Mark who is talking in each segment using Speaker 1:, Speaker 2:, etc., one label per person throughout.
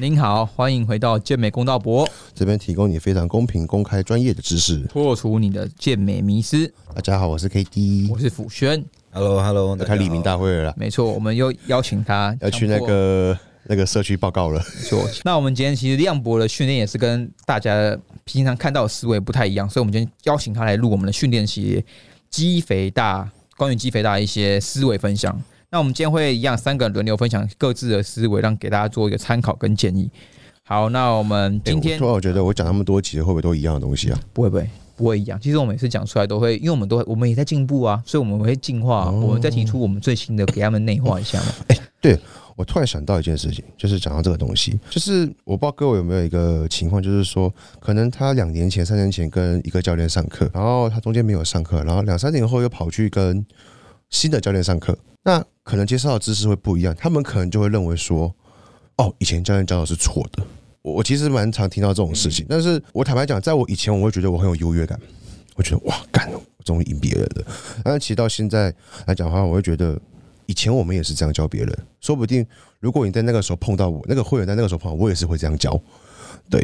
Speaker 1: 您好，欢迎回到健美公道博，
Speaker 2: 这边提供你非常公平、公开、专业的知识。
Speaker 1: 破除你的健美迷思。
Speaker 2: 大家好，我是 K D，
Speaker 1: 我是辅轩，
Speaker 3: Hello Hello，
Speaker 2: 要开李明大会了啦，
Speaker 1: 没错，我们又邀请他
Speaker 2: 要去那
Speaker 1: 强迫
Speaker 2: 个那个社区报告了。
Speaker 1: 没错。那我们今天其实亮博的训练也是跟大家平常看到的思维不太一样，所以我们今天邀请他来录我们的训练系列肌肥大，关于肌肥大的一些思维分享。那我们今天会一样三个人轮流分享各自的思维，让给大家做一个参考跟建议。好，那我们今
Speaker 2: 欸我
Speaker 1: 天
Speaker 2: 突然我觉得我讲那么多集，会不会都一样的东西啊？
Speaker 1: 不会不会不会一样。其实我每次讲出来都会，因为我们都会，我们也在进步啊，所以我们会进化，
Speaker 2: 哦
Speaker 1: 我们再提出我们最新的给他们内化一下嘛。
Speaker 2: 我突然想到一件事情，就是讲到这个东西，就是我不知道各位有没有一个情况，就是说，可能他两年前、三年前跟一个教练上课，然后他中间没有上课，然后两三年后又跑去跟新的教练上课，那可能接受到的知识会不一样，他们可能就会认为说，哦，以前教练教的是错的。我我其实蛮常听到这种事情，但是我坦白讲，在我以前我会觉得我很有优越感，我觉得哇，干，我终于赢别人了。但是其实到现在来讲的话，我会觉得以前我们也是这样教别人，说不定如果你在那个时候碰到我，那个会员在那个时候碰到我，我也是会这样教。对，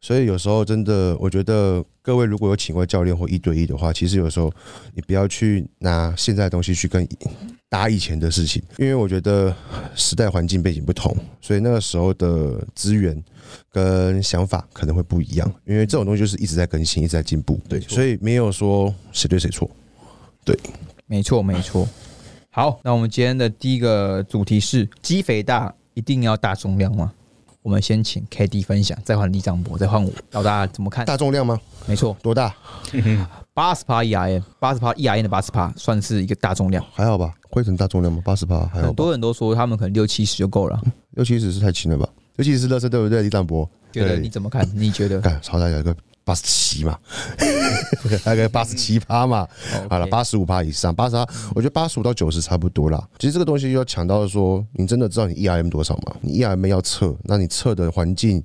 Speaker 2: 所以有时候真的，我觉得各位如果有请过教练或一对一的话，其实有时候你不要去拿现在的东西去跟搭以前的事情，因为我觉得时代环境背景不同，所以那个时候的资源跟想法可能会不一样。因为这种东西就是一直在更新，一直在进步，对，所以没有说谁对谁错。
Speaker 1: 没错，没错。好，那我们今天的第一个主题是肌肥大一定要大重量吗？我们先请 K D 分享，再换李长博，再换我，老大怎么看？
Speaker 2: 大重量吗？
Speaker 1: 没错，
Speaker 2: 多大？
Speaker 1: 八十趴 E R N，八十趴 E R N 的八十趴算是一个大重量。
Speaker 2: 还好吧？灰尘大重量吗？八十八还哎好
Speaker 1: 很
Speaker 2: 吧？
Speaker 1: 多人都说他们可能六七十就够了，
Speaker 2: 六七十是太轻了吧？六七十是乐色对不对？李长博
Speaker 1: 觉得
Speaker 2: 对
Speaker 1: 你怎么看？你觉得？
Speaker 2: 干超大有一个八十七嘛， 大概八十七趴嘛，好了，
Speaker 1: OK
Speaker 2: 八十五趴以上，八十，我觉得八十五到九十差不多啦。其实这个东西要强调说，你真的知道你 ERM 多少吗？你 ERM 要测，那你测的环境、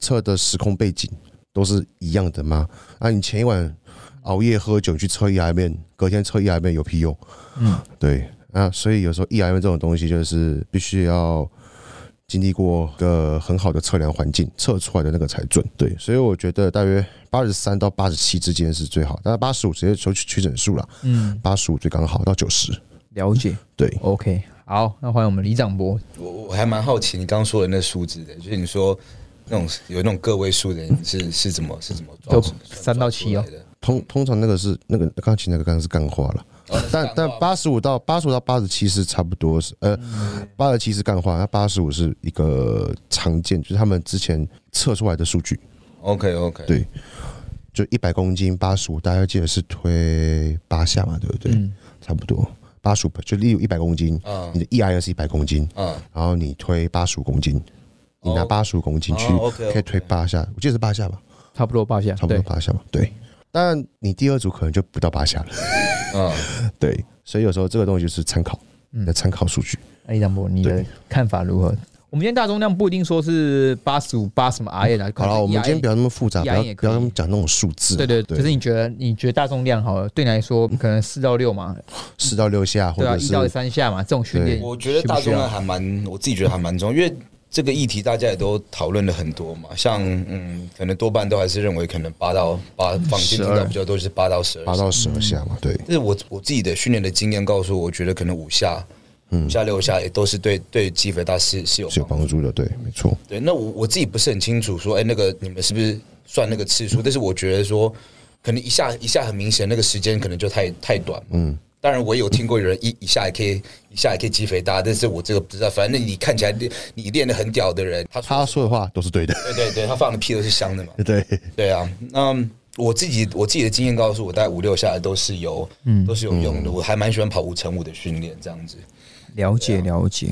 Speaker 2: 测的时空背景都是一样的吗？那你前一晚熬夜喝酒你去测 ERM，隔天测 ERM 有屁用？
Speaker 1: 嗯，
Speaker 2: 对啊，所以有时候 ERM 这种东西就是必须要经历过个很好的测量环境，测出来的那个才准。对，所以我觉得大约八十三到八十七之间是最好，但是八十五直接求取取整数啦，
Speaker 1: 嗯，
Speaker 2: 八十五最刚好到九十。
Speaker 1: 了解。
Speaker 2: 对，
Speaker 1: OK，好，那欢迎我们李长博。
Speaker 3: 我我还蛮好奇你刚刚说的那数字的，就是你说那种有那种个位数的，你是是怎么是怎么抓
Speaker 1: 就
Speaker 3: 出
Speaker 1: 三到七哦
Speaker 3: 抓出来的
Speaker 2: 通通常那个是那个刚才那个刚刚是干话了。
Speaker 3: 哦
Speaker 2: 但但八十五到八十五到八十七是差不多是呃，
Speaker 1: 嗯
Speaker 2: 八十七是干话，那八十五是一个常见，就是他们之前测出来的数据。
Speaker 3: OK OK，
Speaker 2: 对就一百公斤八十五，大家记得是推八下嘛，对不对？
Speaker 1: 嗯
Speaker 2: 差不多八十五，就例如一百公斤，
Speaker 3: 嗯
Speaker 2: 你的 EIS 是一百公斤，
Speaker 3: 嗯，
Speaker 2: 然后你推八十五公斤，你拿
Speaker 3: 哦
Speaker 2: 八十五公斤去
Speaker 3: 哦，OK，OK
Speaker 2: 可以推八下，我记得是八下吧，
Speaker 1: 差不多八下，
Speaker 2: 差不多
Speaker 1: 对，
Speaker 2: 八下嘛，对。但你第二组可能就不到八下 了，
Speaker 3: 嗯，
Speaker 2: 对。所以有时候这个东西就是参考，
Speaker 1: 嗯
Speaker 2: 你的参考数据。
Speaker 1: 那李长哎博，你的
Speaker 2: 对
Speaker 1: 看法如何？我们今天大重量不一定说是八十五、八什么 R N 啊，可
Speaker 2: 好
Speaker 1: 能是
Speaker 2: 了，我们今
Speaker 1: EIA
Speaker 2: 天不要那么复杂，不
Speaker 1: EIA 也
Speaker 2: 要
Speaker 1: 可以
Speaker 2: 不要那么讲那种数字啊。
Speaker 1: 对对，可
Speaker 2: 对，
Speaker 1: 是你觉得你觉得大重量好了，对你来说可能四到六嘛，
Speaker 2: 四到六下，或
Speaker 1: 对啊，
Speaker 2: 者
Speaker 1: 一
Speaker 2: 是
Speaker 1: 到三下嘛，这种训练
Speaker 3: 我觉得
Speaker 1: 需不
Speaker 3: 大
Speaker 1: 需
Speaker 3: 众
Speaker 1: 要
Speaker 3: 量还蛮，我自己觉得还蛮重要，因为这个议题大家也都讨论了很多嘛，像嗯，可能多半都还是认为可能八到八，坊间听到比较多是八到十二
Speaker 2: 八到十二下嘛，对。
Speaker 3: 但是我我自己的训练的经验告诉我，我觉得可能五下、
Speaker 1: 嗯
Speaker 3: 五下六下也都是对对肌肥大是是有
Speaker 2: 是有
Speaker 3: 帮助。
Speaker 2: 帮助的，对，没错。
Speaker 3: 对，那我我自己不是很清楚说，哎、那个你们是不是算那个次数？但是我觉得说，可能一下一下很明显，那个时间可能就太太短。嗯，当然我有听过有人一一下也可以一下也可以肌肥大，但是我这个不知道。反正你看起来练你练的很屌的人，他
Speaker 2: 他
Speaker 3: 他
Speaker 2: 说的话都是对的，
Speaker 3: 对对对，他放的屁都是香的嘛。
Speaker 2: 对。
Speaker 3: 对啊，那我自己我自己的经验告诉我，大概五六下来都是有，都是有用的。我还蛮喜欢跑五乘五的训练这样子。
Speaker 1: 了解了解，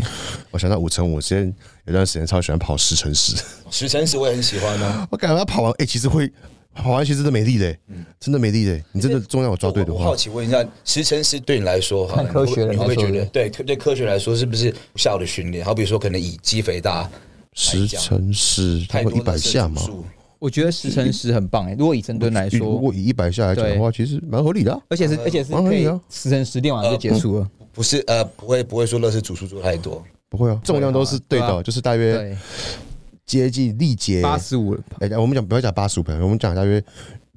Speaker 2: 我想到五乘五，之前有段时间超喜欢跑十乘十，
Speaker 3: 十乘十我也很喜欢啊呢、
Speaker 2: 我感觉他跑完，哎、其实会跑完，其实真的没力的、真的没力的、你真的重量有哦抓对的
Speaker 3: 嗯我我好
Speaker 2: 话，
Speaker 3: 奇问一下，十乘十对你来说，好了
Speaker 1: 看科学人
Speaker 3: 你会你
Speaker 1: 来
Speaker 3: 会觉
Speaker 1: 说
Speaker 3: 得对对科学来说是不是无效的训练？好比说，可能以肌肥大
Speaker 2: 十乘十，差
Speaker 3: 太
Speaker 2: 不
Speaker 3: 多
Speaker 2: 多一百下嘛
Speaker 3: 的。数
Speaker 1: 我觉得十乘十很棒哎，如果以深蹲来
Speaker 2: 如
Speaker 1: 说，
Speaker 2: 果以一百下来讲的话，其实蛮合理的啊、
Speaker 1: 而且是而且是可以
Speaker 2: 蛮合理啊嗯
Speaker 1: 十乘十练完就结束了，
Speaker 3: 不是呃不会不会说乐视组数做太多，
Speaker 2: 不会啊，重量都是对的，
Speaker 1: 对啊
Speaker 2: 就是大约
Speaker 1: 对，
Speaker 2: 接近力竭。
Speaker 1: 八十五
Speaker 2: 哎、我们讲不要讲八十五我们讲大约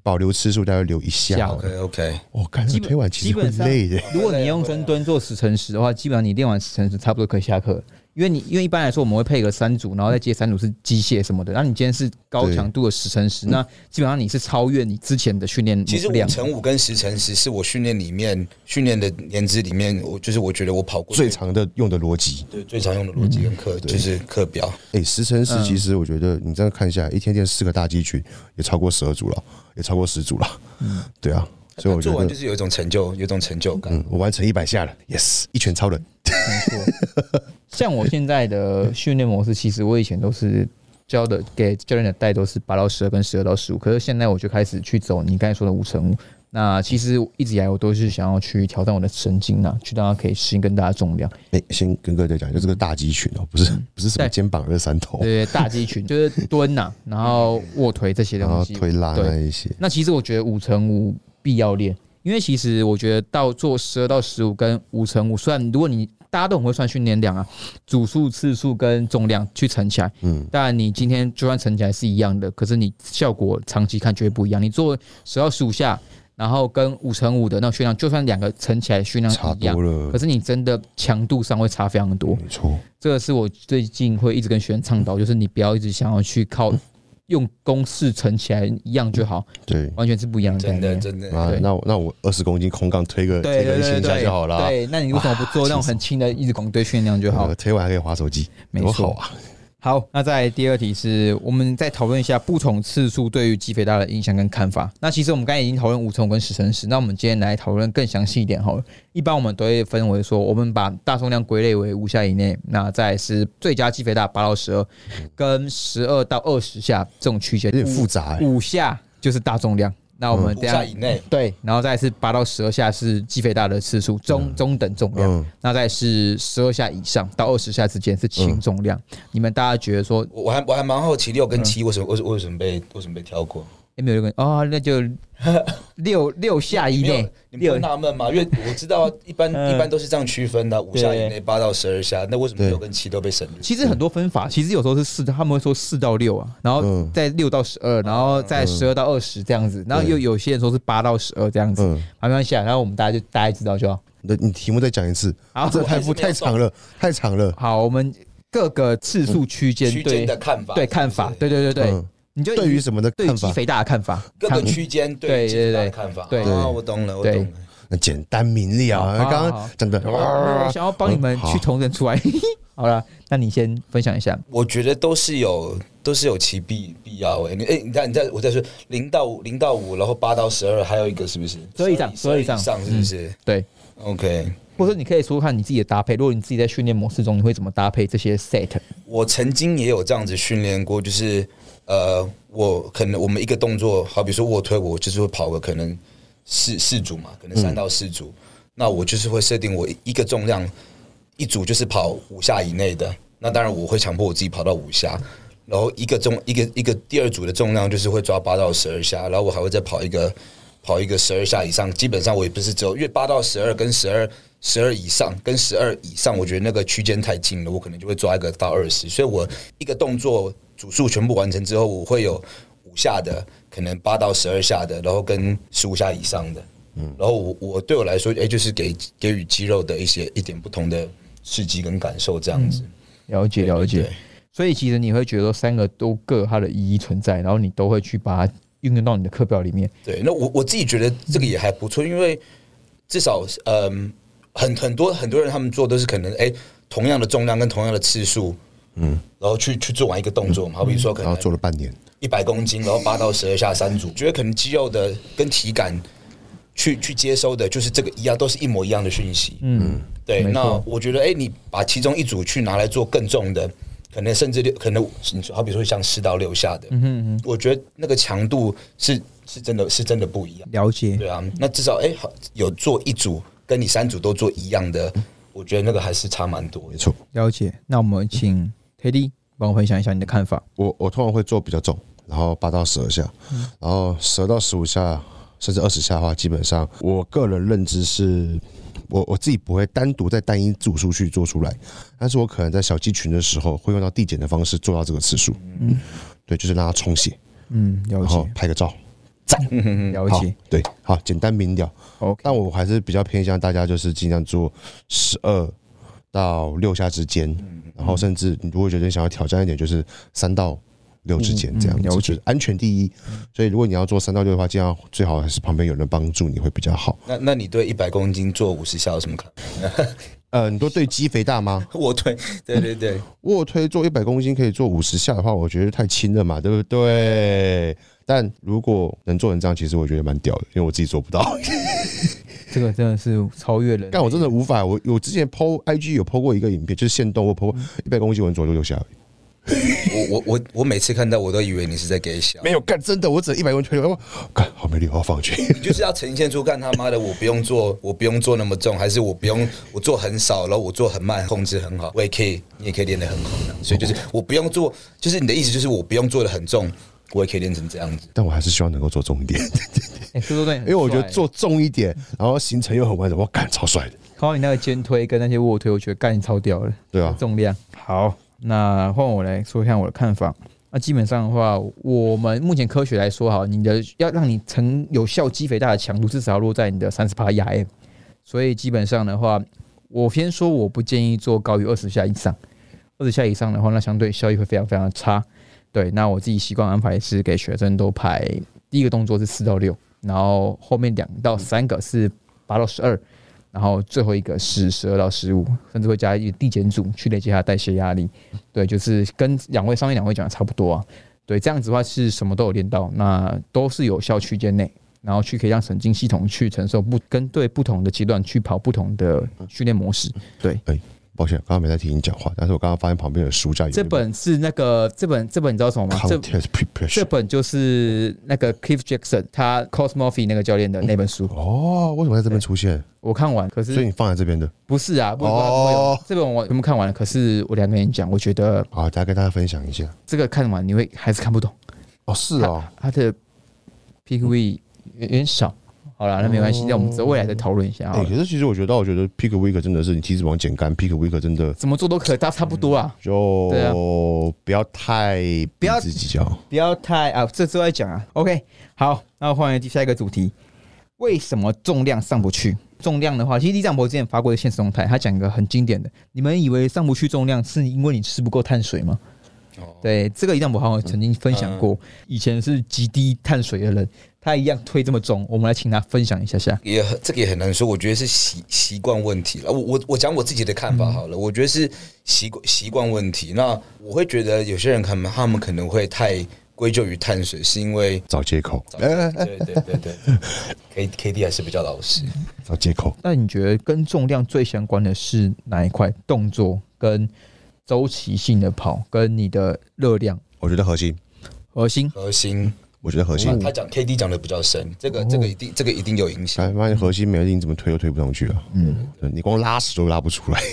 Speaker 2: 保留次数大约留一
Speaker 1: 下
Speaker 2: 下好了。
Speaker 3: OK OK，
Speaker 2: 我看
Speaker 1: 基
Speaker 2: 这
Speaker 1: 本
Speaker 2: 推完其实会
Speaker 1: 基本上
Speaker 2: 累的，
Speaker 1: 如果你用深蹲做十乘十的话，基本上你练完十乘十差不多可以下课了，因为你因为一般来说我们会配个三组，然后再接三组是机械什么的。那你今天是高强度的十乘十，
Speaker 2: 嗯
Speaker 1: 那基本上你是超越你之前的训练
Speaker 3: 其实五
Speaker 1: 量。
Speaker 3: 乘五跟十乘十是我训练里面训练的年资里面，我就是我觉得我跑过
Speaker 2: 最嗯长的用的逻辑。
Speaker 3: 对最常用的逻辑跟课就是课表。
Speaker 2: 哎，十乘
Speaker 1: 嗯
Speaker 2: 十，其实我觉得你这样看下来，一天练四个大肌群，也超过十二组了，也超过十组了。
Speaker 1: 嗯
Speaker 2: 对啊，所以我觉
Speaker 3: 做完就
Speaker 2: 得，
Speaker 3: 是有一种成就，有一种成就感。
Speaker 2: 嗯，我完成一百下了，yes，一拳超人。
Speaker 1: 没错， 像我现在的训练模式，其实我以前都是教的给教练的带都是八到十二跟十二到十五，可是现在我就开始去走你刚才说的五乘五。那其实一直以来我都是想要去挑战我的神经啊，去让它可以适应更大的重量。
Speaker 2: 哎，先跟各位讲，就这个大肌群哦，不是不是什么
Speaker 1: 嗯对
Speaker 2: 肩膀二三头，
Speaker 1: 对大肌群，就是蹲呐、然后卧推这些
Speaker 2: 然
Speaker 1: 东
Speaker 2: 后
Speaker 1: 西。
Speaker 2: 哦推拉
Speaker 1: 对
Speaker 2: 那一些。
Speaker 1: 那其实我觉得五乘五必要练，因为其实我觉得到做十二到十五跟五乘五，虽然如果你大家都很会算训练量啊，组数、次数跟重量去乘起来，
Speaker 2: 嗯，
Speaker 1: 但你今天就算乘起来是一样的，可是你效果长期看就会不一样。你做十到十五下，然后跟五乘五的那个训练量，就算两个乘起来训练
Speaker 2: 差
Speaker 1: 量一样
Speaker 2: 多。了嗯
Speaker 1: 可，是你真的强度上会差非常多，
Speaker 2: 没错。
Speaker 1: 这个是我最近会一直跟学生倡导，就是你不要一直想要去靠用公式乘起来一样就好，
Speaker 2: 对
Speaker 1: 完全是不一样的概
Speaker 3: 真的
Speaker 1: 念。
Speaker 3: 真的，
Speaker 2: 啊
Speaker 1: 对，
Speaker 2: 那我那我二十公斤空杠推个
Speaker 1: 对
Speaker 2: 推个
Speaker 1: 对
Speaker 2: 一千
Speaker 1: 对
Speaker 2: 下
Speaker 1: 对，
Speaker 2: 就好了啊。
Speaker 1: 对，那你为什么不做那种
Speaker 2: 气死
Speaker 1: 很轻的一直拱对训练量就好
Speaker 2: 呃？推完还可以划手机，
Speaker 1: 没
Speaker 2: 多
Speaker 1: 错
Speaker 2: 好啊！
Speaker 1: 好，那在第二题是我们再讨论一下不同次数对于肌肥大的影响跟看法。那其实我们刚才已经讨论五乘五跟十乘十，那我们今天来讨论更详细一点好了。一般我们都会分为说，我们把大重量归类为五下以内，那再来是最佳肌肥大八到十二，跟十二到二十下这种区间
Speaker 2: 有点复杂嗯欸
Speaker 1: 五下就是大重量，那我们
Speaker 3: 五
Speaker 1: 等一下
Speaker 3: 下以内
Speaker 1: 对，然后再是八到十二下是肌肥大的次数，中中等重量，
Speaker 2: 嗯
Speaker 1: 那再是十二下以上到二十下之间是轻重量。
Speaker 3: 嗯
Speaker 1: 你们大家觉得说，
Speaker 3: 我我还我还蛮好奇六跟
Speaker 1: 嗯
Speaker 3: 七为什么为什么为什么被为什么被挑过？
Speaker 1: 诶没有六个哦，那 就六六下以
Speaker 3: 没有
Speaker 1: 内，，
Speaker 3: 你们
Speaker 1: 六
Speaker 3: 会纳闷吗？因为我知道一般
Speaker 1: 嗯
Speaker 3: 一般都是这样区分的，五下以内八到十二下，那为什么
Speaker 2: 对
Speaker 3: 六跟七都被省略？
Speaker 1: 其实很多分
Speaker 3: 嗯
Speaker 1: 法，其实有时候是四，他们会说四到六啊，然后再六到十二，然后再十二到二十这样
Speaker 3: 嗯
Speaker 1: 子，然后又有些人说是八到十二这样子，
Speaker 2: 嗯
Speaker 1: 好没关系啊，然后我们大家就大家知道就好。
Speaker 2: 那你题目再讲一次，
Speaker 1: 好
Speaker 2: 这
Speaker 1: 我
Speaker 2: 太
Speaker 3: 还是
Speaker 2: 复
Speaker 3: 没有
Speaker 2: 太长了，太长了。
Speaker 1: 好，我们各个次数区间
Speaker 3: 嗯区间
Speaker 1: 对
Speaker 3: 的看法，
Speaker 1: 对看法，对对对对
Speaker 2: 嗯，
Speaker 1: 你就
Speaker 2: 对于什么的
Speaker 1: 对于
Speaker 2: 看
Speaker 1: 肌
Speaker 2: 法？
Speaker 1: 肥大的看法，
Speaker 3: 各
Speaker 1: 看
Speaker 3: 个区间
Speaker 1: 对
Speaker 3: 对
Speaker 1: 对
Speaker 3: 肌肥大
Speaker 1: 对
Speaker 3: 的看法。
Speaker 1: 对
Speaker 3: 啊，我懂了，我
Speaker 1: 对
Speaker 3: 懂了。
Speaker 2: 那简单明了啊！
Speaker 1: 好好
Speaker 2: 刚
Speaker 1: 好
Speaker 2: 刚真的，
Speaker 1: 我
Speaker 2: 哇嗯
Speaker 1: 想要帮你们去重整出来。 好了，那你先分享一下。
Speaker 3: 我觉得都是有都是有其必必要诶、欸你诶、你再你再我再说零到五零到五，然后八到十二，还有一个是不是？
Speaker 1: 所以以上
Speaker 3: 所以
Speaker 1: 所以以上
Speaker 3: 上是不是、
Speaker 1: 对，
Speaker 3: o k
Speaker 1: 或者你可以说看你自己的搭配，如果你自己在训练模式中，你会怎么搭配这些 set？
Speaker 3: 我曾经也有这样子训练过，就是呃，我可能我们一个动作，好比说卧推，我就是会跑个可能四四组嘛，可能三到四组。那我就是会设定我一个重量一组就是跑五下以内的，那当然我会强迫我自己跑到五下，然后一个重一个一个第二组的重量就是会抓八到十二下，然后我还会再跑一个跑一个十二下以上，基本上我也不是只有因为八到十二跟十二十二以上跟十二以上，我觉得那个区间太近了，我可能就会抓一个到二十，所以我一个动作组数全部完成之后，我会有五下的，可能八到十二下的，然后跟十五下以上的。然后我我对我来说，哎、就是给给予肌肉的一些一点不同的刺激跟感受，这样子。
Speaker 1: 了解了解
Speaker 3: 对。
Speaker 1: 所以其实你会觉得说三个都各有它的意义存在，然后你都会去把它运用到你的课表里面。
Speaker 3: 对，那我我自己觉得这个也还不错，因为至少嗯，很很多很多人他们做都是可能哎、同样的重量跟同样的次数，嗯，然后去去做完一个动作嘛，好比说
Speaker 2: 嗯
Speaker 3: 可
Speaker 2: 然后
Speaker 3: 能
Speaker 2: 做了半年，
Speaker 3: 一百公斤，然后八到十二下三组，觉得可能肌肉的跟体感去去接收的就是这个一样，都是一模一样的讯息，
Speaker 1: 嗯，
Speaker 3: 对，
Speaker 1: 没错
Speaker 3: 那我觉得，哎、你把其中一组去拿来做更重的，可能甚至六，可能你说好比说像四到六下的，嗯嗯我觉得那个强度是是真的是真的不一样，
Speaker 1: 了解。
Speaker 3: 对啊，那至少哎、好有做一组跟你三组都做一样的，我觉得那个还是差蛮多
Speaker 2: 没
Speaker 3: 的。
Speaker 2: 错。
Speaker 1: 了解，那我们请 Teddy 帮我分享一下你的看法。
Speaker 2: 我我通常会做比较重，然后八到十二下，然后十二到十五下，甚至二十下的话，基本上我个人认知是我我自己不会单独在单一组数去做出来，但是我可能在小鸡群的时候会用到递减的方式做到这个次数。嗯，对，就是让它充血，
Speaker 1: 嗯，了
Speaker 2: 然后
Speaker 1: 解，
Speaker 2: 拍个照。
Speaker 1: 了
Speaker 2: 好
Speaker 1: 解。，
Speaker 2: 对，好，简单明了。
Speaker 1: OK，
Speaker 2: 但我还是比较偏向大家就是尽量做十二到六下之间，
Speaker 1: 嗯
Speaker 2: 然后甚至你如果觉得你想要挑战一点，就是三到六之间这样
Speaker 1: 嗯嗯
Speaker 2: 子，
Speaker 1: 了解嗯
Speaker 2: 就是安全第一。所以如果你要做三到六的话，尽量最好还是旁边有人帮助你会比较好。
Speaker 3: 那那你对一百公斤做五十下有什么看？
Speaker 2: 呃，你都对肌肥大吗？
Speaker 3: 我对对对对，
Speaker 2: 卧推做一百公斤可以做五十下的话，我觉得太轻了嘛，对不对？但如果能做成这样，其实我觉得蛮屌的，因为我自己做不到。
Speaker 1: 嗯这个真的是超越人类。
Speaker 2: 但我真的无法，我我之前 PO IG 有 PO 过一个影片，就是限动，我 PO
Speaker 1: 嗯
Speaker 2: 一百公斤，我能左右右下而已。
Speaker 3: 我我我我每次看到我都以为你是在给小，
Speaker 2: 没有干，真的，我只一百公斤推，我干好没礼貌放弃。
Speaker 3: 你就是要呈现出干他妈的我不用做，我不用做那么重，还是我不用我做很少，然后我做很慢，控制很好，我也可以，你也可以练得很好的。所以就是我不用做，就是你的意思就是我不用做的很重，我也可以练成这样子。
Speaker 2: 但我还是希望能够做重一点，
Speaker 1: 哎，这都对，因
Speaker 2: 因为我觉得做重一点，然后行程又很完整，我干超帅的，
Speaker 1: 看到你那个肩推跟那些卧推，我觉得干你超屌了，
Speaker 2: 对啊，
Speaker 1: 重量。好，那换我来说一下我的看法。那基本上的话，我们目前科学来说，好，你的要让你成有效肌肥大的强度，至少要落在你的三十帕以下 M。所以基本上的话，我先说我不建议做高于二十下以上，二十下以上的话，那相对效益会非常非常的差。对，那我自己习惯安排是给学生都排第一个动作是四到六，然后后面两到三个是八到十二，然后最后一个是十二到十五，甚至会加一个递减组去累积它的代谢压力。对，就是跟两位上面两位讲的差不多啊。对，这样子的话是什么都有练到，那都是有效区间内，然后去可以让神经系统去承受不跟对不同的阶段去跑不同的训练模式。对，
Speaker 2: 哎抱歉，刚刚没在听你讲话，但是我刚刚发现旁边有书架有
Speaker 1: 这本是那个这本这本你知道什么吗？这
Speaker 2: Contest
Speaker 1: 这
Speaker 2: Preparation。
Speaker 1: 本就是那个 Cliff Jackson 他 Cosmorphy 那个教练的那本书，
Speaker 2: 哦，为什么在这边出现？
Speaker 1: 我看完，可
Speaker 2: 所以
Speaker 1: 是
Speaker 2: 你放在这边的
Speaker 1: 不是啊，不不不会有
Speaker 2: 哦
Speaker 1: 这本我全部看完了，可是我两个人讲，我觉得
Speaker 2: 好，大家跟大家分享一下。
Speaker 1: 这个看完你会还是看不懂，
Speaker 2: 哦，是哦，
Speaker 1: 它的 PV 有点少。好了，那没关系，那我们之后未来再讨论一下好
Speaker 2: 哎，
Speaker 1: 了
Speaker 2: 可。是其实我觉得，我觉得 Pick a Week 真的是你体脂肪减干，Pick a Week 真的
Speaker 1: 怎么做都可以，大差不多啊，对啊
Speaker 2: 就不要太
Speaker 1: 不要
Speaker 2: 逼自己较。
Speaker 1: 不要太啊，这之后再讲啊。OK，好，那换第下一个主题，为什么重量上不去？重量的话，其实李长博之前发过的现实动态，他讲一个很经典的：你们以为上不去重量是因为你吃不够碳水吗？对，这个一样，我好像曾经分享过，以前是极低碳水的人，他一样推这么重，我们来请他分享一下下。
Speaker 3: 也很这个也很难说，我觉得是习习惯问题了。我我我讲我自己的看法好了，我觉得是习惯习惯问题。那我会觉得有些人可能他们可能会太归咎于碳水，是因为
Speaker 2: 找借口，
Speaker 3: 早
Speaker 2: 哎哎哎，
Speaker 3: 对对对对，K K D 还是比较老实。
Speaker 2: 找借口。
Speaker 1: 那你觉得跟重量最相关的是哪一块？动作跟周期性的跑，跟你的热量、
Speaker 2: 我觉得核心，
Speaker 1: 核心？
Speaker 3: 核心，
Speaker 2: 我觉得核心
Speaker 3: 他，讲 K D 讲的比较深，这
Speaker 2: 哦
Speaker 3: 个这个一定这个一定有影响。
Speaker 2: 哎，发现核心没有力，你怎么推都推不上去啊。嗯，你光拉屎都拉不出来。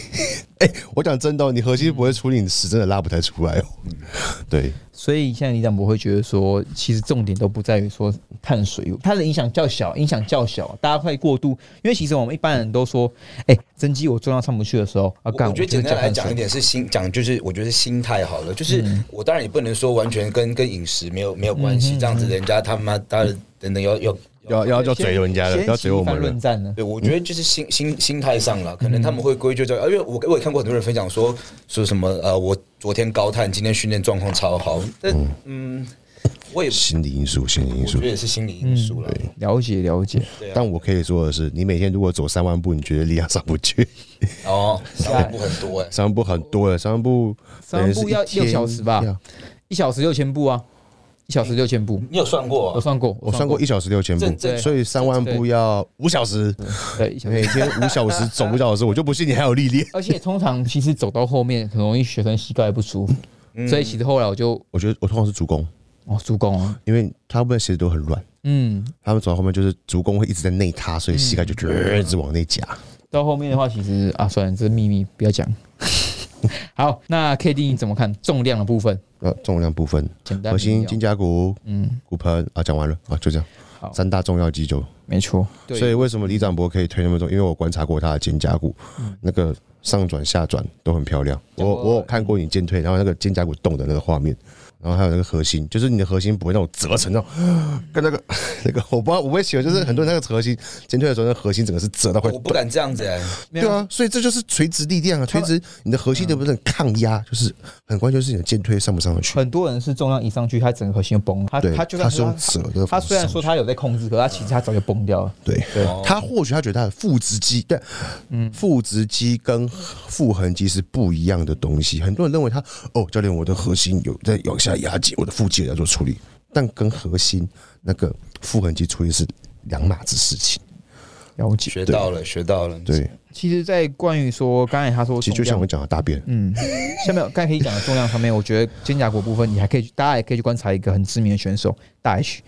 Speaker 2: 哎，我讲真的哦，你核心不会出力，你屎真的拉不太出来哦。 对，
Speaker 1: 所以现在李长博会觉得说，其实重点都不在于说碳水，它的影响较小，影响较小，大家会过度。因为其实我们一般人都说，哎、增肌我重量上不去的时候，啊，
Speaker 3: 我
Speaker 1: 干，
Speaker 3: 我觉得简
Speaker 1: 就会
Speaker 3: 单
Speaker 1: 加
Speaker 3: 来
Speaker 1: 碳
Speaker 3: 讲
Speaker 1: 水
Speaker 3: 一点是心讲，就是我觉得是心态好了，就是
Speaker 2: 嗯
Speaker 3: 我当然也不能说完全跟跟饮食没有没有关系，这样子
Speaker 2: 嗯
Speaker 3: 人家他妈当然等等要要
Speaker 2: 要要要嘴人家的，
Speaker 1: 先
Speaker 2: 要嘴我
Speaker 1: 掀
Speaker 2: 们
Speaker 1: 起一番论
Speaker 2: 的。
Speaker 1: 战呢？
Speaker 3: 对，我
Speaker 2: 嗯
Speaker 3: 觉得就是心心心态上了，可能他们会归咎在，因为我我也看过很多人分享说说什么呃，我昨天高碳，今天训练状况超好，但嗯，我也
Speaker 2: 心理因素，心理因
Speaker 3: 我
Speaker 2: 素嗯
Speaker 3: 觉得。也是心理因素了。
Speaker 1: 了解了解。
Speaker 3: 对啊
Speaker 2: 但我可以说的是，你每天如果走三万步，你觉得力量上不去，
Speaker 3: 哦，下一步很多哎，
Speaker 2: 三万步很多了，三万步
Speaker 1: 三万步
Speaker 2: 等于是
Speaker 1: 要
Speaker 2: 一天
Speaker 1: 六小时吧
Speaker 2: 要
Speaker 1: 一小时六千步啊，一小时六千步，
Speaker 3: 你有算过
Speaker 1: 我
Speaker 3: 啊？
Speaker 1: 算过，
Speaker 2: 我算过一小时六千
Speaker 3: 正
Speaker 2: 步，
Speaker 3: 正
Speaker 2: 所以三万步要五小时，
Speaker 1: 对一小时
Speaker 2: 每。天五小时走五小时，我就不信你还有力量。
Speaker 1: 而且通常其实走到后面很容易学生膝盖不舒服，
Speaker 2: 嗯
Speaker 1: 所以其实后来我就
Speaker 2: 我觉得我通常是足弓，
Speaker 1: 哦足弓啊，
Speaker 2: 因为他们鞋子都很软，
Speaker 1: 嗯，
Speaker 2: 他们走到后面就是足弓会一直在内塌，所以膝盖就一直往内夹。
Speaker 1: 到后面的话其实啊算了，这是秘密不要讲。 好，那 K D 你怎么看重量的部分？
Speaker 2: 呃，重量部分，
Speaker 1: 简单
Speaker 2: 核
Speaker 1: 明
Speaker 2: 心、
Speaker 1: 了
Speaker 2: 肩胛骨、嗯，骨盆啊，讲完了啊，就这样。
Speaker 1: 好
Speaker 2: 三大重要肌灸。
Speaker 1: 没错，
Speaker 2: 所
Speaker 1: 对，
Speaker 2: 以为什么李展博可以推那么重？因为我观察过他的肩胛骨，
Speaker 1: 嗯
Speaker 2: 那个上转下转都很漂亮。我我有看过你肩推，然后那个肩胛骨动的那个画面，然后还有那个核心，就是你的核心不会那种折成那种， 跟那个 那个我不知道我不会喜欢，就是很多人那个核心肩推的时候，那核心整个是折到会
Speaker 3: 我不敢这样子哎、
Speaker 1: 没
Speaker 2: 对啊，所以这就是垂直力量啊，垂直你的核心能不能抗压，就是很关键，就是你的肩推上不上得去。
Speaker 1: 很多人是重量一上去，他整个核心就崩了，他
Speaker 2: 对，
Speaker 1: 他就算
Speaker 2: 是用折的方
Speaker 1: 他
Speaker 2: 式上去。
Speaker 1: 虽然说他有在控制，可他其实他早就崩掉了。
Speaker 2: 对，
Speaker 3: 哦
Speaker 2: 他或许他觉得他的腹直肌，但
Speaker 1: 嗯
Speaker 2: 腹直肌跟腹横肌是不一样的东西。很多人认为他哦，教练，我的核心有在往下压紧，我的腹肌有在做处理，但跟核心那个腹横肌处理是两码子事情。
Speaker 1: 了解。
Speaker 3: 学到了，学到了。
Speaker 2: 对，
Speaker 1: 其实，在关于说刚才他说
Speaker 2: 其
Speaker 1: 重
Speaker 2: 实就像
Speaker 1: 量
Speaker 2: 我讲的大便，
Speaker 1: 嗯，下面刚才可以讲的重量方面，我觉得肩胛骨部分，你还可以去，大家也可以去观察一个很知名的选手大 H。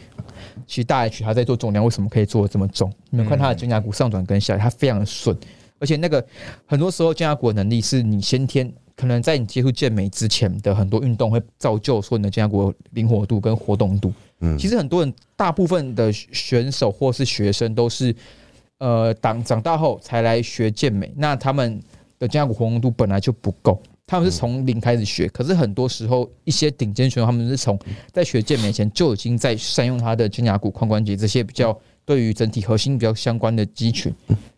Speaker 1: 其实大 H 他在做重量，为什么可以做的这么重？你们看他的肩胛骨上转跟下，他非常的顺，而且那个很多时候肩胛骨的能力是你先天。可能在你接触健美之前的很多运动会造就说你的肩胛骨的灵活度跟活动度。嗯，其实很多人大部分的选手或是学生都是呃，长长大后才来学健美，那他们的肩胛骨活动度本来就不够，他们是从零开始学。可是很多时候，一些顶尖选手他们是从在学健美前就已经在善用他的肩胛骨、髋关节这些比较对于整体核心比较相关的肌群。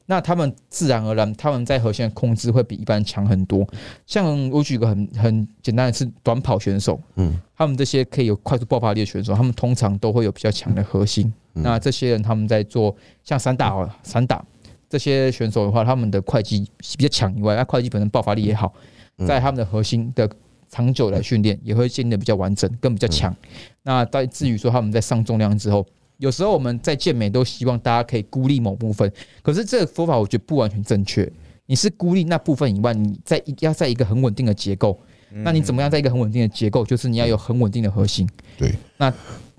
Speaker 1: 那他们自然而然，他们在核心的控制会比一般人强很多。像我举个很很简单的是短跑选手，
Speaker 2: 嗯，
Speaker 1: 他们这些可以有快速爆发力的选手，他们通常都会有比较强的核心。那这些人他们在做像散打好了，散打这些选手的话，他们的会计比较强以外，那会计本身爆发力也好，
Speaker 2: 嗯
Speaker 1: 在他们的核心的长久来训练，也会建立的比较完整，更比较强。
Speaker 2: 嗯
Speaker 1: 那在至于说他们在上重量之后，有时候我们在健美都希望大家可以孤立某部分，可是这个说法我觉得不完全正确。你是孤立那部分以外，你在一要在一个很稳定的结构，
Speaker 2: 嗯
Speaker 1: 那你怎么样在一个很稳定的结构？就是你要有很稳定的核心。
Speaker 2: 对
Speaker 1: 那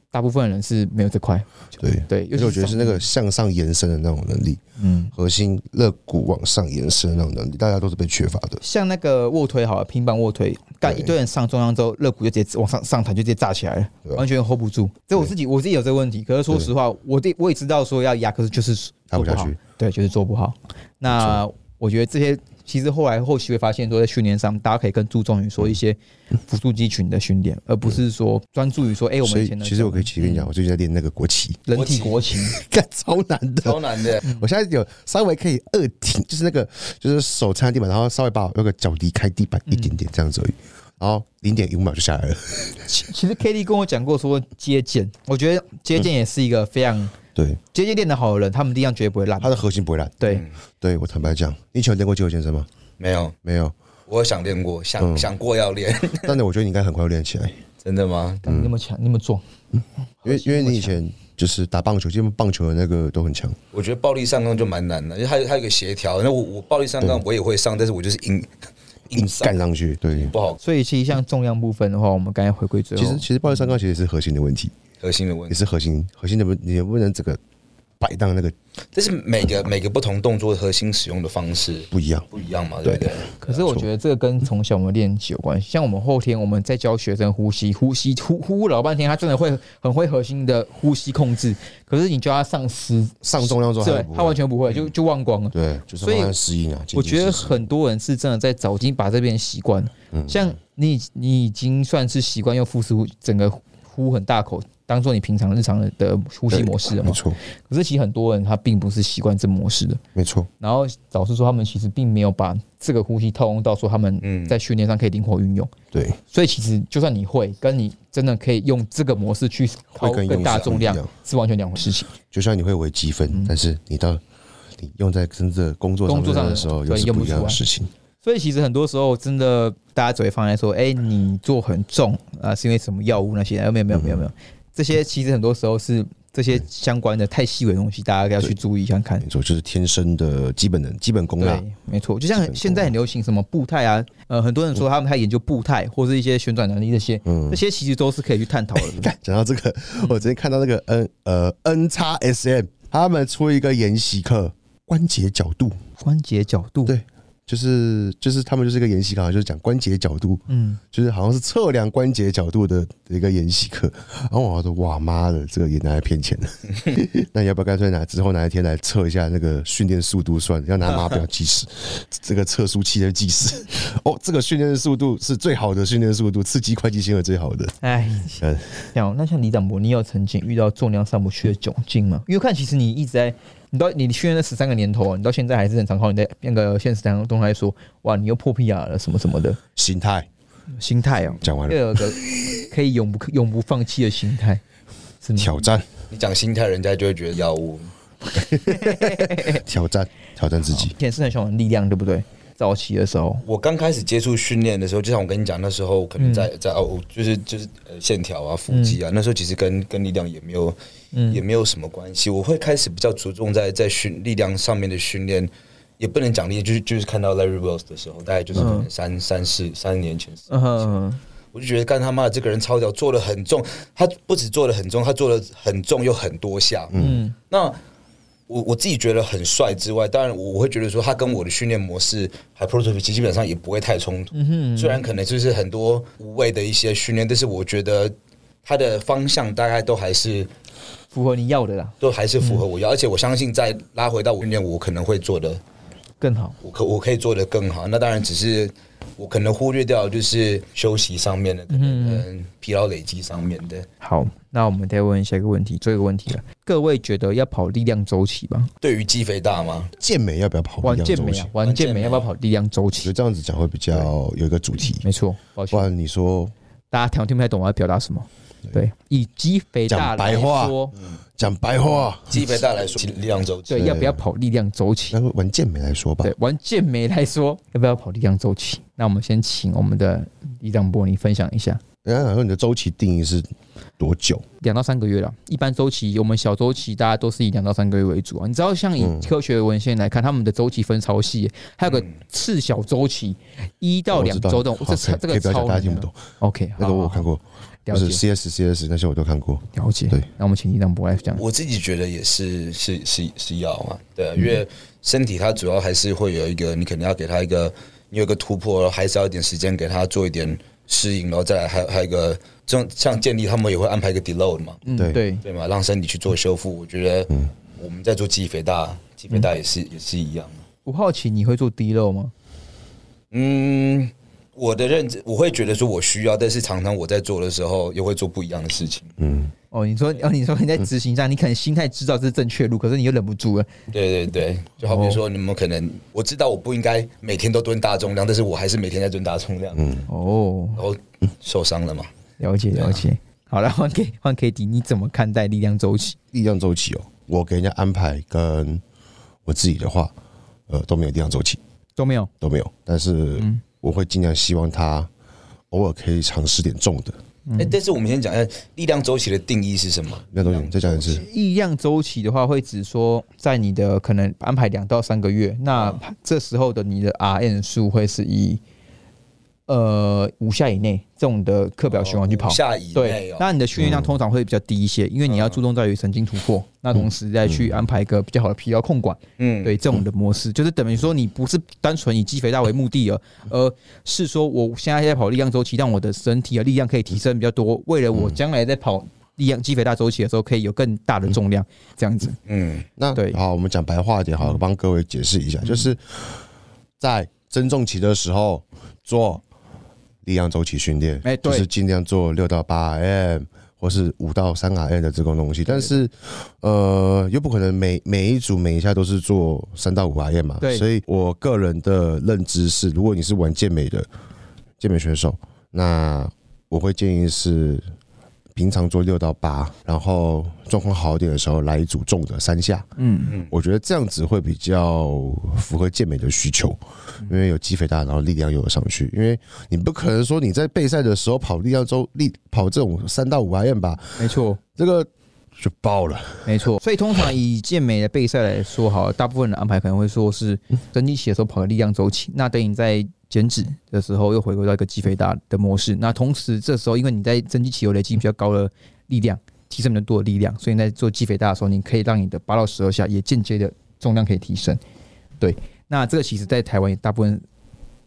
Speaker 1: 大部分人是没有这块，
Speaker 2: 对。
Speaker 1: 对，尤
Speaker 2: 而且
Speaker 1: 其
Speaker 2: 我觉得是那个向上延伸的那种能力，
Speaker 1: 嗯，
Speaker 2: 核心肋骨往上延伸的那种能力，大家都是被缺乏的。
Speaker 1: 像那个卧推好了，平板卧推，干
Speaker 2: 对
Speaker 1: 一堆人上中央之后，肋骨就直接往上上弹，就直接炸起来了，
Speaker 2: 对啊
Speaker 1: 完全 hold 不住。这我自己我自己有这个问题，可是说实话，我对我也知道说要压，可是就是
Speaker 2: 压不下
Speaker 1: 做好
Speaker 2: 去，
Speaker 1: 对，就是做不好。那我觉得这些其实后来后期会发现，说在训练上，大家可以更注重于说一些辅助肌群的训练，而不是说专注于说，哎，我
Speaker 2: 嗯所
Speaker 1: 们以
Speaker 2: 以
Speaker 1: 前的
Speaker 2: 其实我可以其实跟你讲，我最近在练那个国旗，
Speaker 1: 人体国情，
Speaker 2: 干超难的，
Speaker 3: 超难的，
Speaker 2: 我现在有稍微可以二挺，就是那个就是手撑在地板，然后稍微把我那个脚离开地板一点点这样子而已，然后零点一五秒就下来了。
Speaker 1: 其其实 K D 跟我讲过说接剑，我觉得接剑也是一个非常
Speaker 2: 对，
Speaker 1: 接剑练得好的人，他们力量绝对不会烂
Speaker 2: 他。的核心不会烂。
Speaker 1: 对，
Speaker 2: 对我坦白讲，你以前有练过肌肉健身吗？
Speaker 3: 没有，
Speaker 2: 没有，
Speaker 3: 我有想练过，想、
Speaker 2: 嗯
Speaker 3: 想过要练，
Speaker 2: 但是我觉得你应该很快就练起来，
Speaker 3: 真的吗？
Speaker 2: 嗯
Speaker 1: 干你那么强，你那么壮，
Speaker 2: 因为因为你以前就是打棒球，基本棒球的那个都很强。
Speaker 3: 我觉得暴力上杠就蛮难的，因为它有它有一个协调。那我我暴力上杠我也会上，但是我就是硬硬上
Speaker 2: 干上去，对。
Speaker 3: 不好，
Speaker 1: 所以其实像重量部分的话，我们刚才回归最后，
Speaker 2: 其实其实暴力三高其实是核心的问题，
Speaker 3: 核心的问
Speaker 2: 也
Speaker 3: 题。
Speaker 2: 是核心核心的问，你能不能整个摆荡那个
Speaker 3: 但是每个每个不同动作核心使用的方式
Speaker 2: 不一样？
Speaker 3: 不一样嘛，对不对？
Speaker 1: 可是我觉得这个跟从小我们练习有关系。像我们后天我们在教学生呼吸，呼吸呼呼老半天，他真的会很会核心的呼吸控制。可是你教他上十，
Speaker 2: 上重量之后还
Speaker 1: 对
Speaker 2: 不会，嗯
Speaker 1: 他完全不会，就就忘光了。
Speaker 2: 对，就是
Speaker 1: 所以
Speaker 2: 慢慢适应啊。
Speaker 1: 我觉得
Speaker 2: 很。
Speaker 1: 很多人是真的在早已经把这边习惯了，
Speaker 2: 嗯
Speaker 1: 像你已你已经算是习惯用腹式呼整个呼很大口当做你平常日常的的呼吸模式了嘛
Speaker 2: 没。错，
Speaker 1: 可是其实很多人他并不是习惯这模式的，
Speaker 2: 没错，
Speaker 1: 然后老实说，他们其实并没有把这个呼吸套用到说他们
Speaker 3: 嗯
Speaker 1: 在训练上可以灵活运用。
Speaker 2: 对，
Speaker 1: 所以其实就算你会，跟你真的可以用这个模式去
Speaker 2: 会
Speaker 1: 抛
Speaker 2: 跟用
Speaker 1: 更大
Speaker 2: 上
Speaker 1: 重量
Speaker 2: 一样
Speaker 1: 是完全两回事情。
Speaker 2: 就像你会微积分，但是你到你用在真正工作上
Speaker 1: 工作上
Speaker 2: 面
Speaker 1: 的
Speaker 2: 的时候，又
Speaker 1: 对
Speaker 2: 是
Speaker 1: 用
Speaker 2: 不
Speaker 1: 不
Speaker 2: 一样
Speaker 1: 出
Speaker 2: 的
Speaker 1: 来
Speaker 2: 事情。
Speaker 1: 所以其实很多时候真的大家只会放在说，哎、你做很重啊、是因为什么药物那些？呃没有没有没有没有，这些其实很多时候是这些相关的太细微的东西，大家要去注意想看
Speaker 2: 没。错，就是天生的基本能、基本功啦。
Speaker 1: 对，没错，就像现在很流行什么步态啊，呃，很多人说他们在研究步态或是一些旋转能力这些，这些其实都是可以去探讨的。
Speaker 2: 干嗯讲到这个，
Speaker 1: 嗯
Speaker 2: 我之前看到那个 N 呃 N 叉 S M，他们出一个研习课，关节角度，
Speaker 1: 关节角度，
Speaker 2: 对，就是就是他们就是一个研习课，就是讲关节角度，
Speaker 1: 嗯，
Speaker 2: 就是好像是测量关节角度的一个研习课。然后我说哇妈的，这个也拿来骗 钱的。那你要不要干脆拿之后哪一天来测一下那个训练速度算了？要拿码表计时，这个测速器的计时。 哦，这个训练速度是最好的训练速度，刺激会计性的最好的。
Speaker 1: 哎，
Speaker 2: 嗯
Speaker 1: 像那像李展博，你有曾经遇到重量上不去的窘境吗？因为我看其实你一直在，你到你训练那十三个年头啊，你到现在还是很常靠你在那个现实当中来说，哇，你又破 PR 了什么什么的
Speaker 2: 心态
Speaker 1: 心态啊，
Speaker 2: 讲完
Speaker 1: 又
Speaker 2: 了，
Speaker 1: 有个可以永不永不放弃的心态，是吗？
Speaker 2: 挑战
Speaker 3: 你讲心态，人家就会觉得药物。
Speaker 1: 嗯
Speaker 2: 挑战挑战自己
Speaker 1: 以。前是很喜欢玩力量，对不对？早期的时候，
Speaker 3: 我刚开始接触训练的时候，就像我跟你讲，那时候可能在在哦，就是就是呃线条啊、腹肌啊，那时候其实跟跟力量也没有也没有什么关系。我会开始比较着重在在训力量上面的训练，也不能讲力，就是就是看到 Larry Wells 的时候，大概就是可能三三四三年前，
Speaker 1: 嗯哼，
Speaker 3: 我就觉得干他妈的这个人超屌，做的很重，他不止做的很重，他做的很重又很多下，
Speaker 1: 嗯
Speaker 3: 那我我自己觉得很帅之外，当然我我会觉得说他跟我的训练模式还 prototype 基本上也不会太冲突。
Speaker 1: 嗯哼，
Speaker 3: 虽然可能就是很多无谓的一些训练，但是我觉得他的方向大概都还是
Speaker 1: 符合你要的啦，
Speaker 3: 都还是符合
Speaker 1: 嗯
Speaker 3: 我要，而且我相信再拉回到我训练，我可能会做的，
Speaker 1: 更好。
Speaker 3: 我可我可以做的更好。那当然只是。我可能忽略掉就是休息上面的，可
Speaker 1: 嗯
Speaker 3: 能疲劳累积上面的，
Speaker 1: 好，那我们再问下一个问题，最后一个问题了。各位觉得要跑力量周期吧？
Speaker 3: 对于肌肥大吗？
Speaker 2: 健美要不要跑
Speaker 1: 玩
Speaker 2: 力量
Speaker 1: 健
Speaker 2: 周
Speaker 1: 美
Speaker 2: 期？
Speaker 1: 啊，玩健美要不要跑力量周
Speaker 2: 我觉得
Speaker 1: 期？
Speaker 2: 这样子讲会比较有一个主题，
Speaker 1: 没错，抱
Speaker 2: 不
Speaker 1: 歉，
Speaker 2: 然你说
Speaker 1: 大家听我听不太懂我要表达什么。对，以肌肥大
Speaker 2: 讲白
Speaker 1: 来
Speaker 2: 话
Speaker 1: 说，
Speaker 2: 讲白话，
Speaker 1: 嗯
Speaker 3: 肌肥大来说，力量周期
Speaker 1: 对，要不要跑力量周期
Speaker 2: 那？个玩健美来说吧
Speaker 1: 对，，玩健美来说，要不要跑力量周期？那我们先请我们的李长波你分享一下。
Speaker 2: 人家想哎说你的周期定义是多久？
Speaker 1: 两到三个月了。一般周期，我们小周期大家都是以两到三个月为主啊。你知道，像
Speaker 2: 嗯
Speaker 1: 以科学文献来看，他们的周期分超细，还有个次小周期，一到
Speaker 2: 我
Speaker 1: 两
Speaker 2: 知道
Speaker 1: 周这种
Speaker 2: 好，
Speaker 1: 这
Speaker 2: 可
Speaker 1: 超这个
Speaker 2: 以可以不要
Speaker 1: 超
Speaker 2: 讲，大家
Speaker 1: 难
Speaker 2: 听
Speaker 1: 的
Speaker 2: 不懂。
Speaker 1: OK，
Speaker 2: 那
Speaker 1: 好
Speaker 2: 个
Speaker 1: 好
Speaker 2: 我有
Speaker 1: 好
Speaker 2: 看过，
Speaker 1: 了
Speaker 2: 就是
Speaker 1: 解
Speaker 2: CS、CS 那些我都看过。
Speaker 1: 了解。
Speaker 2: 对，
Speaker 1: 那我们请李长博来讲。
Speaker 3: 我自己觉得也是是是是要嘛，对啊，因为身体它主要还是会有一个，你可能要给它一个，你有一个突破，还是要一点时间给它做一点适应，然后再来还有还有一个，这种像建立他们也会安排一个 deload 嘛，
Speaker 1: 嗯，
Speaker 2: 对
Speaker 1: 对，
Speaker 3: 对嘛，让身体去做修复。我觉得我们在做肌肥大，肌肥大也是也是一样。
Speaker 1: 我好奇你会做滴漏吗？
Speaker 3: 嗯，我的认知我会觉得说我需要，但是常常我在做的时候又会做不一样的事情。
Speaker 2: 嗯，
Speaker 1: 哦，你说，哦，你说你在执行上，你可能心态知道这是正确路，可是你又忍不住了。
Speaker 3: 对对对，就好比说，你们可能我知道我不应该每天都蹲大重量，但是我还是每天在蹲大重量，
Speaker 1: 哦，
Speaker 3: 然后受伤了嘛。
Speaker 1: 了解了解。好了，换 K 换 K D，你怎么看待力量周期？
Speaker 2: 力量周期哦，我给人家安排跟我自己的话，呃，都没有力量周期，
Speaker 1: 都没有。
Speaker 2: 都没有。但是
Speaker 1: 嗯
Speaker 2: 我会尽量希望他偶尔可以尝试点重的。
Speaker 1: 嗯
Speaker 3: 哎、但是我们先讲一下力量周期的定义是什么？
Speaker 2: 那东西再讲一次，
Speaker 1: 力量周期的话，会指说在你的可能安排两到三个月，那这时候的你的 RM 数会是以呃五下以内这种的课表循环去跑。
Speaker 3: 哦五下以内哦嗯
Speaker 1: 对，那你的训练量通常会比较低一些，因为你要注重在于神经突破，那同时再去安排一个比较好的疲劳控管。
Speaker 3: 嗯，
Speaker 1: 对这种的模式，就是等于说你不是单纯以肌肥大为目的了，哦
Speaker 3: 嗯
Speaker 1: 而是说我现在在跑力量周期，让我的身体的力量可以提升比较多，为了
Speaker 3: 嗯
Speaker 1: 我将来在跑力量肌肥大周期的时候，可以有更大的重量，这样子。
Speaker 3: 嗯，
Speaker 2: 那
Speaker 1: 对嗯
Speaker 2: 好，我们讲白话一点，好了，帮各位解释一下，就是在增重期的时候做力量周期训练，
Speaker 1: 哎对
Speaker 2: 就是尽量做六到八 RM 或是五到三 RM 的这种东西，但是呃，又不可能每每一组每一下都是做三到五 RM 嘛，
Speaker 1: 对
Speaker 2: 所以我个人的认知是，如果你是玩健美的健美选手，那我会建议是。平常做六到八，然后状况好一点的时候来一组重的三下，
Speaker 1: 嗯，
Speaker 2: 我觉得这样子会比较符合健美的需求，
Speaker 1: 嗯
Speaker 2: 因为有肌肥大，然后力量又有上去。因为你不可能说你在备赛的时候跑力量周力跑这种三到五 RM 吧，
Speaker 1: 没错，
Speaker 2: 这个就爆了。
Speaker 1: 没错。所以通常以健美的备赛来说，好了，大部分的安排可能会说是增肌期的时候跑个力量周期，那等你在减脂的时候又回归到一个肌肥大的模式，那同时这时候因为你在增肌期有累积比较高的力量，提升比较多的力量，所以你在做肌肥大的时候，你可以让你的八到十二下也间接的重量可以提升。对，那这个其实在台湾也大部分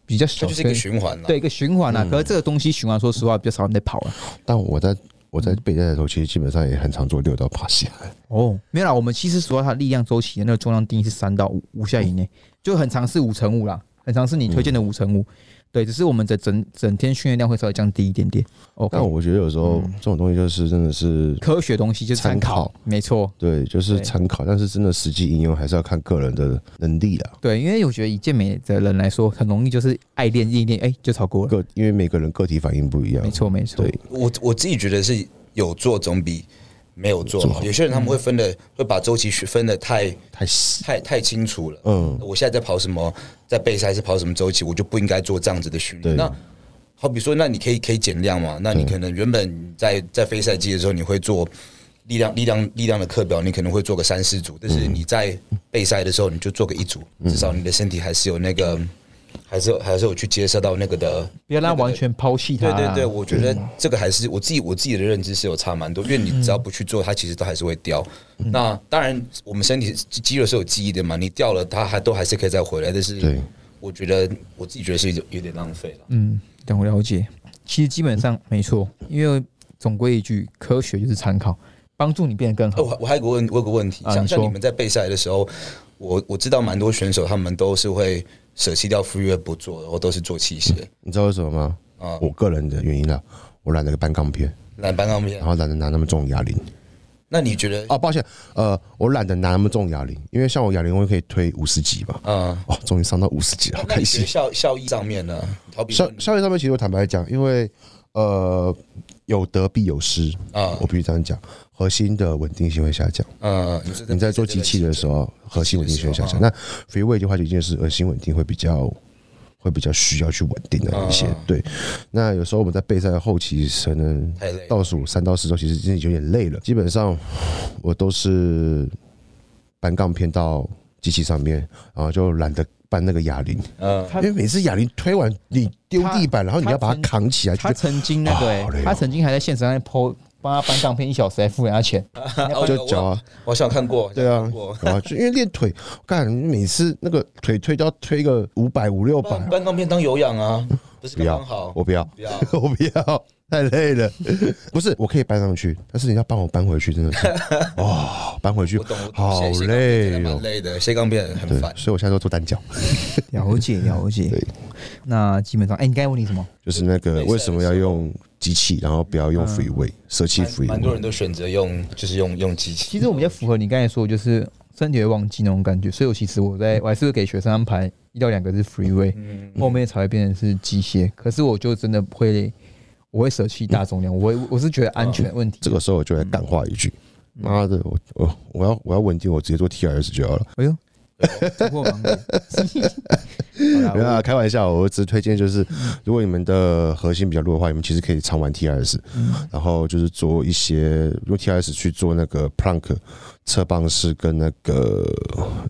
Speaker 1: 比较
Speaker 3: 它
Speaker 1: 少，
Speaker 3: 就是一个
Speaker 1: 跟
Speaker 3: 循环了。
Speaker 1: 对一个循环啊。可是这个东西循环，说实话比较少人在跑啊了。
Speaker 2: 但我在我在备战的时候，其实基本上也很常做六到八下。
Speaker 1: 哦，没有啦，我们其实主要它的力量周期的那个重量定义是三到五五下以内，就很常是五乘五啦，很常是你推荐的五乘五。对，只是我们的整整天训练量会稍微降低一点点。OK，
Speaker 2: 但我觉得有时候这种东西就是真的是
Speaker 1: 科学东西就是嗯参
Speaker 2: 参
Speaker 1: 考
Speaker 2: 考，
Speaker 1: 没错。
Speaker 2: 对，就是
Speaker 1: 对
Speaker 2: 参考，但是真的实际应用还是要看个人的能力啦。
Speaker 1: 对，因为我觉得以健美的人来说，很容易就是爱练硬练，哎、就超过了。
Speaker 2: 个因为每个人个体反应不一样，
Speaker 1: 没错，没错。
Speaker 2: 对
Speaker 3: 我我自己觉得是有做总比没有做好。有些人他们会分的，
Speaker 1: 嗯
Speaker 3: 会把周期区分的太
Speaker 2: 太细，
Speaker 3: 太太清楚了。
Speaker 2: 嗯，
Speaker 3: 我现在在跑什么，在备赛是跑什么周期，我就不应该做这样子的训
Speaker 2: 对
Speaker 3: 练。
Speaker 2: 嗯
Speaker 3: 那好比说，那你可以可以减量嘛？那你
Speaker 2: 对
Speaker 3: 可能原本在在非赛季的时候，你会做力量力量力量的课表，你可能会做个三四组，但
Speaker 2: 嗯
Speaker 3: 是你在备赛的时候，你就做个一组，至少你的身体还是有那个，还是有还是有去接受到那个的。
Speaker 1: 不要让他完全抛弃它
Speaker 3: 对
Speaker 1: 啦。
Speaker 3: 对对，我觉得
Speaker 2: 嗯
Speaker 3: 这个还是我自己我自己的认知是有差蛮多，因为你只要不去做，它其实都还是会掉。
Speaker 2: 嗯
Speaker 3: 那当然，我们身体肌肌肉是有记忆的嘛，你掉了，它还都还是可以再回来。但
Speaker 2: 对
Speaker 3: 是，我觉得我自己觉得是有有点浪费了。
Speaker 1: 嗯，但我了解。其实基本上没错，因为总归一句，科学就是参考，帮助你变得更
Speaker 3: 哦，
Speaker 1: 好。
Speaker 3: 我还我还有个问，我有个问题，
Speaker 1: 啊
Speaker 3: 像
Speaker 1: 你
Speaker 3: 像
Speaker 1: 说
Speaker 3: 你们在备赛的时候，我我知道蛮多选手他们都是会舍弃掉 free weight 不做，然后都是做器械
Speaker 2: 你知道为什么吗？
Speaker 3: 啊，
Speaker 2: 我个人的原因啦，我懒得搬杠片，
Speaker 3: 懒班上面
Speaker 2: 然。后懒得拿那么重哑铃。
Speaker 3: 那你觉得
Speaker 2: 哦，抱歉，呃，我懒得拿那么重哑铃，因为像我哑铃我可以推五十几嘛。
Speaker 3: 啊？
Speaker 2: 哦，终于上到五十几了，好
Speaker 3: 那
Speaker 2: 开
Speaker 3: 你觉
Speaker 2: 心
Speaker 3: 得。效效益上面呢？好比
Speaker 2: 校
Speaker 3: 说你
Speaker 2: 校园上面，其实我坦白讲，因为呃，有得必有失
Speaker 3: 啊
Speaker 2: 我必须这样讲，核心的稳定性会下降。
Speaker 3: 嗯，你说
Speaker 2: 你在做机器的时候，核心稳定性会下降。
Speaker 3: 嗯
Speaker 2: 那 free weight 的话，就一件事，核心稳定会比较。会比较需要去稳定的一些
Speaker 3: 啊，
Speaker 2: 对。那有时候我们在备赛的后期，可能
Speaker 3: 太累了
Speaker 2: 倒数三到四周，其实已经有点累了。基本上我都是搬杠片到机器上面，然后就懒得搬那个哑铃，
Speaker 3: 嗯，
Speaker 1: 他
Speaker 2: 因为每次哑铃推完，你丢地板，然后你要把它扛起来，就
Speaker 1: 他曾经那个、欸
Speaker 2: 好累哦
Speaker 1: 他曾经还在现实上面 PO 帮他搬杠片一小时，还付人家钱。
Speaker 3: 哦
Speaker 2: 就脚，啊，
Speaker 3: 我我好像有看过，
Speaker 2: 对
Speaker 3: 好
Speaker 2: 啊
Speaker 3: 像有看过，
Speaker 2: 然后就因为练腿，干每次那个腿推都要推个五百五六
Speaker 3: 搬
Speaker 2: 百，
Speaker 3: 搬钢片当有氧啊，不是
Speaker 2: 不
Speaker 3: 刚
Speaker 2: 要
Speaker 3: 刚好，，
Speaker 2: 我不要，
Speaker 3: 不要，
Speaker 2: 我不要，太累了。不是，我可以搬上去，但是你要帮我搬回去，真的 是，哦，搬回去
Speaker 3: 我懂，我懂，
Speaker 2: 好
Speaker 3: 卸卸钢片真
Speaker 2: 累
Speaker 3: 的
Speaker 2: 哦
Speaker 3: 蛮。累的，卸钢片
Speaker 2: 对
Speaker 3: 很，烦。
Speaker 2: 所以我现在都做单脚，
Speaker 1: 了解了解
Speaker 2: 对。
Speaker 1: 那基本上，哎、你刚才问你什么？
Speaker 2: 就是那个
Speaker 3: 对
Speaker 2: 为什么要用机器，然后不要用 free weight，舍弃
Speaker 3: 嗯蛮
Speaker 2: free
Speaker 3: 蛮多
Speaker 2: weight。
Speaker 3: 人都选择用，就是用用机器。
Speaker 1: 其实我比较符合你刚才说的，就是身体会忘记那种感觉，所以我其实我在我还是会给学生安排一到两个是 free way，
Speaker 3: 嗯，
Speaker 1: 后面才会变成是机械。可是我就真的会，我会舍弃大重量，我会我是觉得安全问题。
Speaker 2: 这个时候我就会感化一句：“
Speaker 3: 嗯
Speaker 2: 妈的，我我我要我要稳定，我直接做 TRS 就好了。”
Speaker 1: 哎呦，突破盲点。 好
Speaker 2: 没有
Speaker 1: 啦
Speaker 2: 啊，开玩笑，我只是推荐就是，
Speaker 3: 嗯
Speaker 2: 如果你们的核心比较弱的话，你们其实可以常玩 TRS，、然
Speaker 1: 嗯
Speaker 2: 后就是做一些用 TRS 去做那个 plank 侧棒式跟那个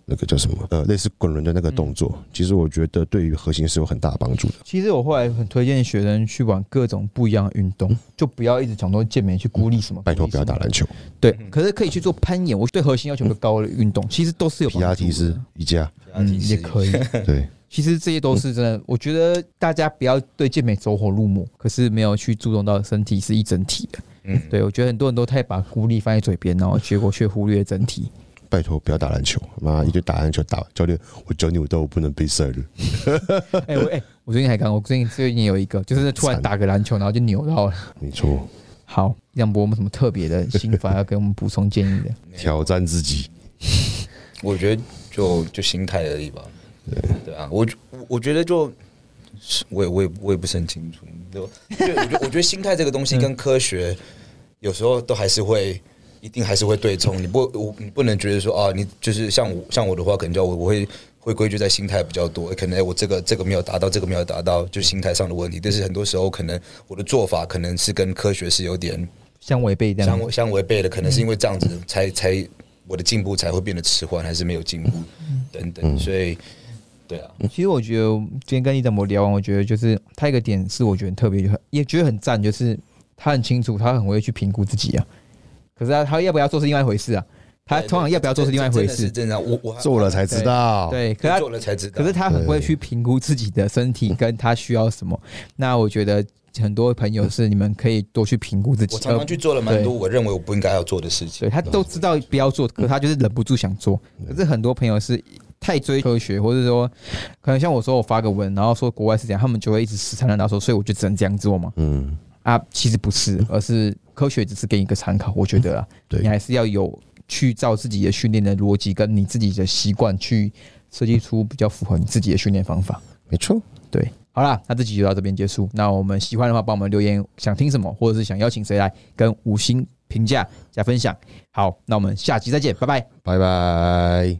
Speaker 2: 那个叫什么呃类似滚轮的那个动作，
Speaker 3: 嗯
Speaker 2: 其实我觉得对于核心是有很大帮助的。
Speaker 1: 其实我后来很推荐学生去玩各种不一样的运动，就不要一直讲说健美去孤立什么。
Speaker 2: 嗯拜托
Speaker 1: 孤立什
Speaker 2: 不要嗯
Speaker 1: 么
Speaker 2: 打篮球，
Speaker 1: 对，可是可以去做攀岩，我对核心要求比较高的运动，其实都是有
Speaker 2: 皮拉
Speaker 1: 帮助
Speaker 2: 提
Speaker 1: 的
Speaker 2: 斯、瑜 伽，
Speaker 1: 嗯也可 以。
Speaker 2: 对，
Speaker 1: 其实这些都是真
Speaker 2: 嗯
Speaker 1: 的，我觉得大家不要对健美走火入魔，可是没有去注重到身体是一整体的。
Speaker 3: 嗯，
Speaker 1: 对，我觉得很多人都太把孤立放在嘴边， 然后结果却忽略整体。
Speaker 2: 拜托不要打篮球，妈一堆打篮球打教练，我教你我都不能备赛了，
Speaker 1: 哎、我哎、我最近还刚，我最近最近有一个，就是突然打个篮球，然后就扭到了。
Speaker 2: 没错，
Speaker 1: 好，杨博有没有什么特别的心法要给我们补充建 议的？
Speaker 2: 挑战自己，
Speaker 3: 我觉得就就心态而已吧。对啊，我我我觉得就，我也我也我也不是很清楚。就就我觉得我觉得心态这个东西跟科学有时候都还是会。一定还是会对冲，你不我你不能觉得说啊，你就是像我像我的话，可能就我我会会归咎在心态比较多，可能我这个这个没有达到，这个没有达到，就心态上的问题。但是很多时候，可能我的做法可能是跟科学是有点
Speaker 1: 相违背这样
Speaker 3: 相
Speaker 1: 子。
Speaker 3: 违相违背的，可
Speaker 1: 嗯
Speaker 3: 能是因为这样子才才我的进步才会变得迟缓，还是没有进步
Speaker 1: 嗯
Speaker 3: 等等，所以对啊，
Speaker 1: 其实我觉得今天跟李展博聊完，我觉得就是他一个点是我觉得很特别，就很也觉得很赞，就是他很清楚，他很会去评估自己啊。可是他他要不要做是另外一回事啊。他通常要不要做是另外一回事。
Speaker 3: 真的是真的，我我
Speaker 2: 做了才知道。
Speaker 1: 对，可
Speaker 3: 我
Speaker 1: 他
Speaker 3: 做了才啊知道。
Speaker 1: 可是他很会去评估自己的身体跟他需要什么。那我觉得很多朋友是你们可以多去评估自己。
Speaker 3: 我常常去做了蛮多我认为我不应该要做的事
Speaker 1: 对
Speaker 3: 情。
Speaker 1: 他都知道不要做，可他就是忍不住想做。可是很多朋友是太追科学，或者说，可能像我说我发个文，然后说国外是这样，他们就会一直死缠烂打说，所以我就只能这样做嘛。
Speaker 2: 嗯，
Speaker 1: 啊，其实不是，而是科学只是给你一个参考，我觉得啦，
Speaker 2: 对
Speaker 1: 你还是要有去照自己的训练的逻辑跟你自己的习惯去设计出比较符合你自己的训练方法。
Speaker 2: 没错。
Speaker 1: 对，好啦，那这集就到这边结束。那我们喜欢的话，帮我们留言，想听什么，或者是想邀请谁来，跟五星评价加分享。好，那我们下集再见，拜拜。
Speaker 2: 拜拜。